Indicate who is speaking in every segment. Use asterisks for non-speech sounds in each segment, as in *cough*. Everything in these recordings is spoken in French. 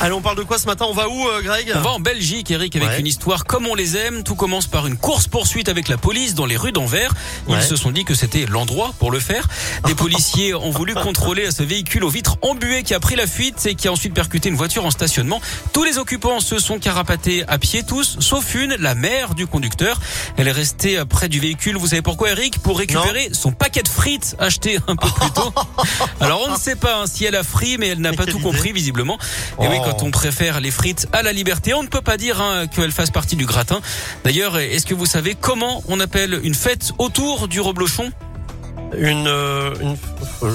Speaker 1: Allez, on parle de quoi ce matin On va où, euh, Greg
Speaker 2: On va en Belgique, Eric, avec
Speaker 1: Ouais.
Speaker 2: une histoire comme on les aime. Tout commence par une course-poursuite avec la police dans les rues d'Anvers. Ils
Speaker 1: Ouais.
Speaker 2: se sont dit que c'était l'endroit pour le faire.
Speaker 1: *laughs*
Speaker 2: Des policiers ont voulu contrôler ce véhicule aux vitres embuées qui a pris la fuite et qui a ensuite percuté une voiture en stationnement. Tous les occupants se sont carapatés à pied, tous, sauf une, la mère du conducteur. Elle est restée près du véhicule. Vous savez pourquoi, Eric Pour récupérer son paquet de frites acheté un peu plus
Speaker 1: *laughs*
Speaker 2: tôt. Alors, on ne sait pas hein, si elle a fri, mais elle n'a pas
Speaker 1: Quelle
Speaker 2: tout
Speaker 1: idée.
Speaker 2: compris, visiblement. Et oui,
Speaker 1: Oh.
Speaker 2: quand on préfère les frites à la liberté, on ne peut pas dire hein, qu'elles fassent partie du gratin. D'ailleurs, est-ce que vous savez comment on appelle une fête autour du reblochon
Speaker 1: Une, euh, une- euh,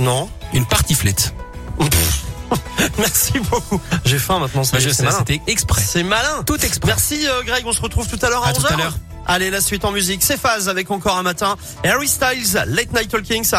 Speaker 1: non.
Speaker 2: Une partiflette
Speaker 1: *laughs* Merci beaucoup. J'ai faim maintenant. ça
Speaker 2: Bah,
Speaker 1: y est,
Speaker 2: Je
Speaker 1: C'est
Speaker 2: sais,
Speaker 1: malin.
Speaker 2: c'était exprès.
Speaker 1: C'est malin.
Speaker 2: Tout exprès.
Speaker 1: Merci euh, Greg. On se retrouve tout à l'heure à,
Speaker 2: À tout à
Speaker 1: 11h.
Speaker 2: l'heure.
Speaker 1: Allez, la suite en musique. C'est Phase avec encore un matin. Harry Styles, Late Night Talking. ça